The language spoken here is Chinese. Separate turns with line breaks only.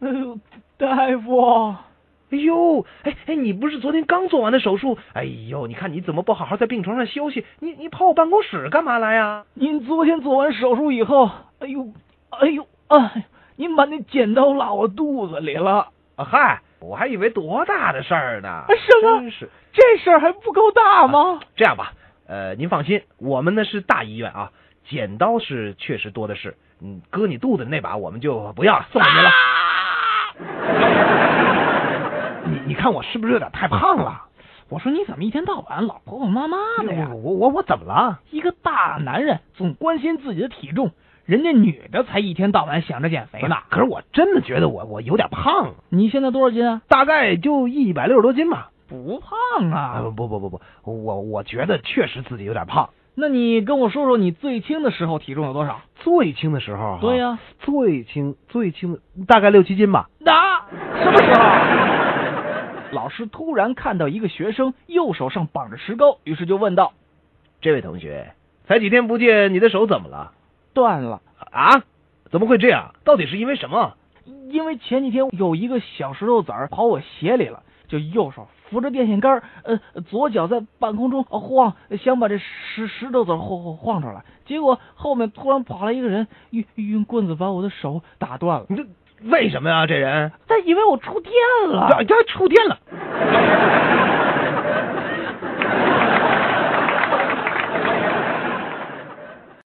呃， 大夫，
哎呦，哎哎，你不是昨天刚做完的手术？哎呦，你看你怎么不好好在病床上休息？你你跑我办公室干嘛来啊呀、
您昨天做完手术以后，哎呦，哎呦，哎，您把那剪刀拉我肚子里了。
啊？嗨，我还以为多大的事儿呢。
什么
真啊是
这事儿还不够大吗？
这样吧，呃，您放心，我们呢是大医院啊，剪刀是确实多的是。嗯，割你肚子的那把我们就不要了，送给您了。你你看我是不是有点太胖了？
我说你怎么一天到晚老婆婆妈妈的呀？
我我我怎么了？
一个大男人总关心自己的体重，人家女的才一天到晚想着减肥呢。
可是我真的觉得我我有点胖，
你现在多少斤啊？
大概就一百六十多斤吧。
不胖
啊
啊。
不不不不，我我觉得确实自己有点胖。
那你跟我说说你最轻的时候体重有多少？
最轻的时候、啊
对、呀、
最轻最轻的大概六七斤吧。
那什么时候？ 老师突然看到一个学生右手上绑着石膏，于是就问道
这位同学，才几天不见，你的手怎么了？：“
断了，
啊？怎么会这样？到底是因为什么？
因为前几天有一个小石头子儿跑我鞋里了，就右手扶着电线杆儿，呃，左脚在半空中哦晃，想把这石石头子儿晃晃出来。结果后面突然跑来一个人，用用棍子把我的手打断了。
你这为什么呀、这人啊
他以为我触电
要
了，
要触电了。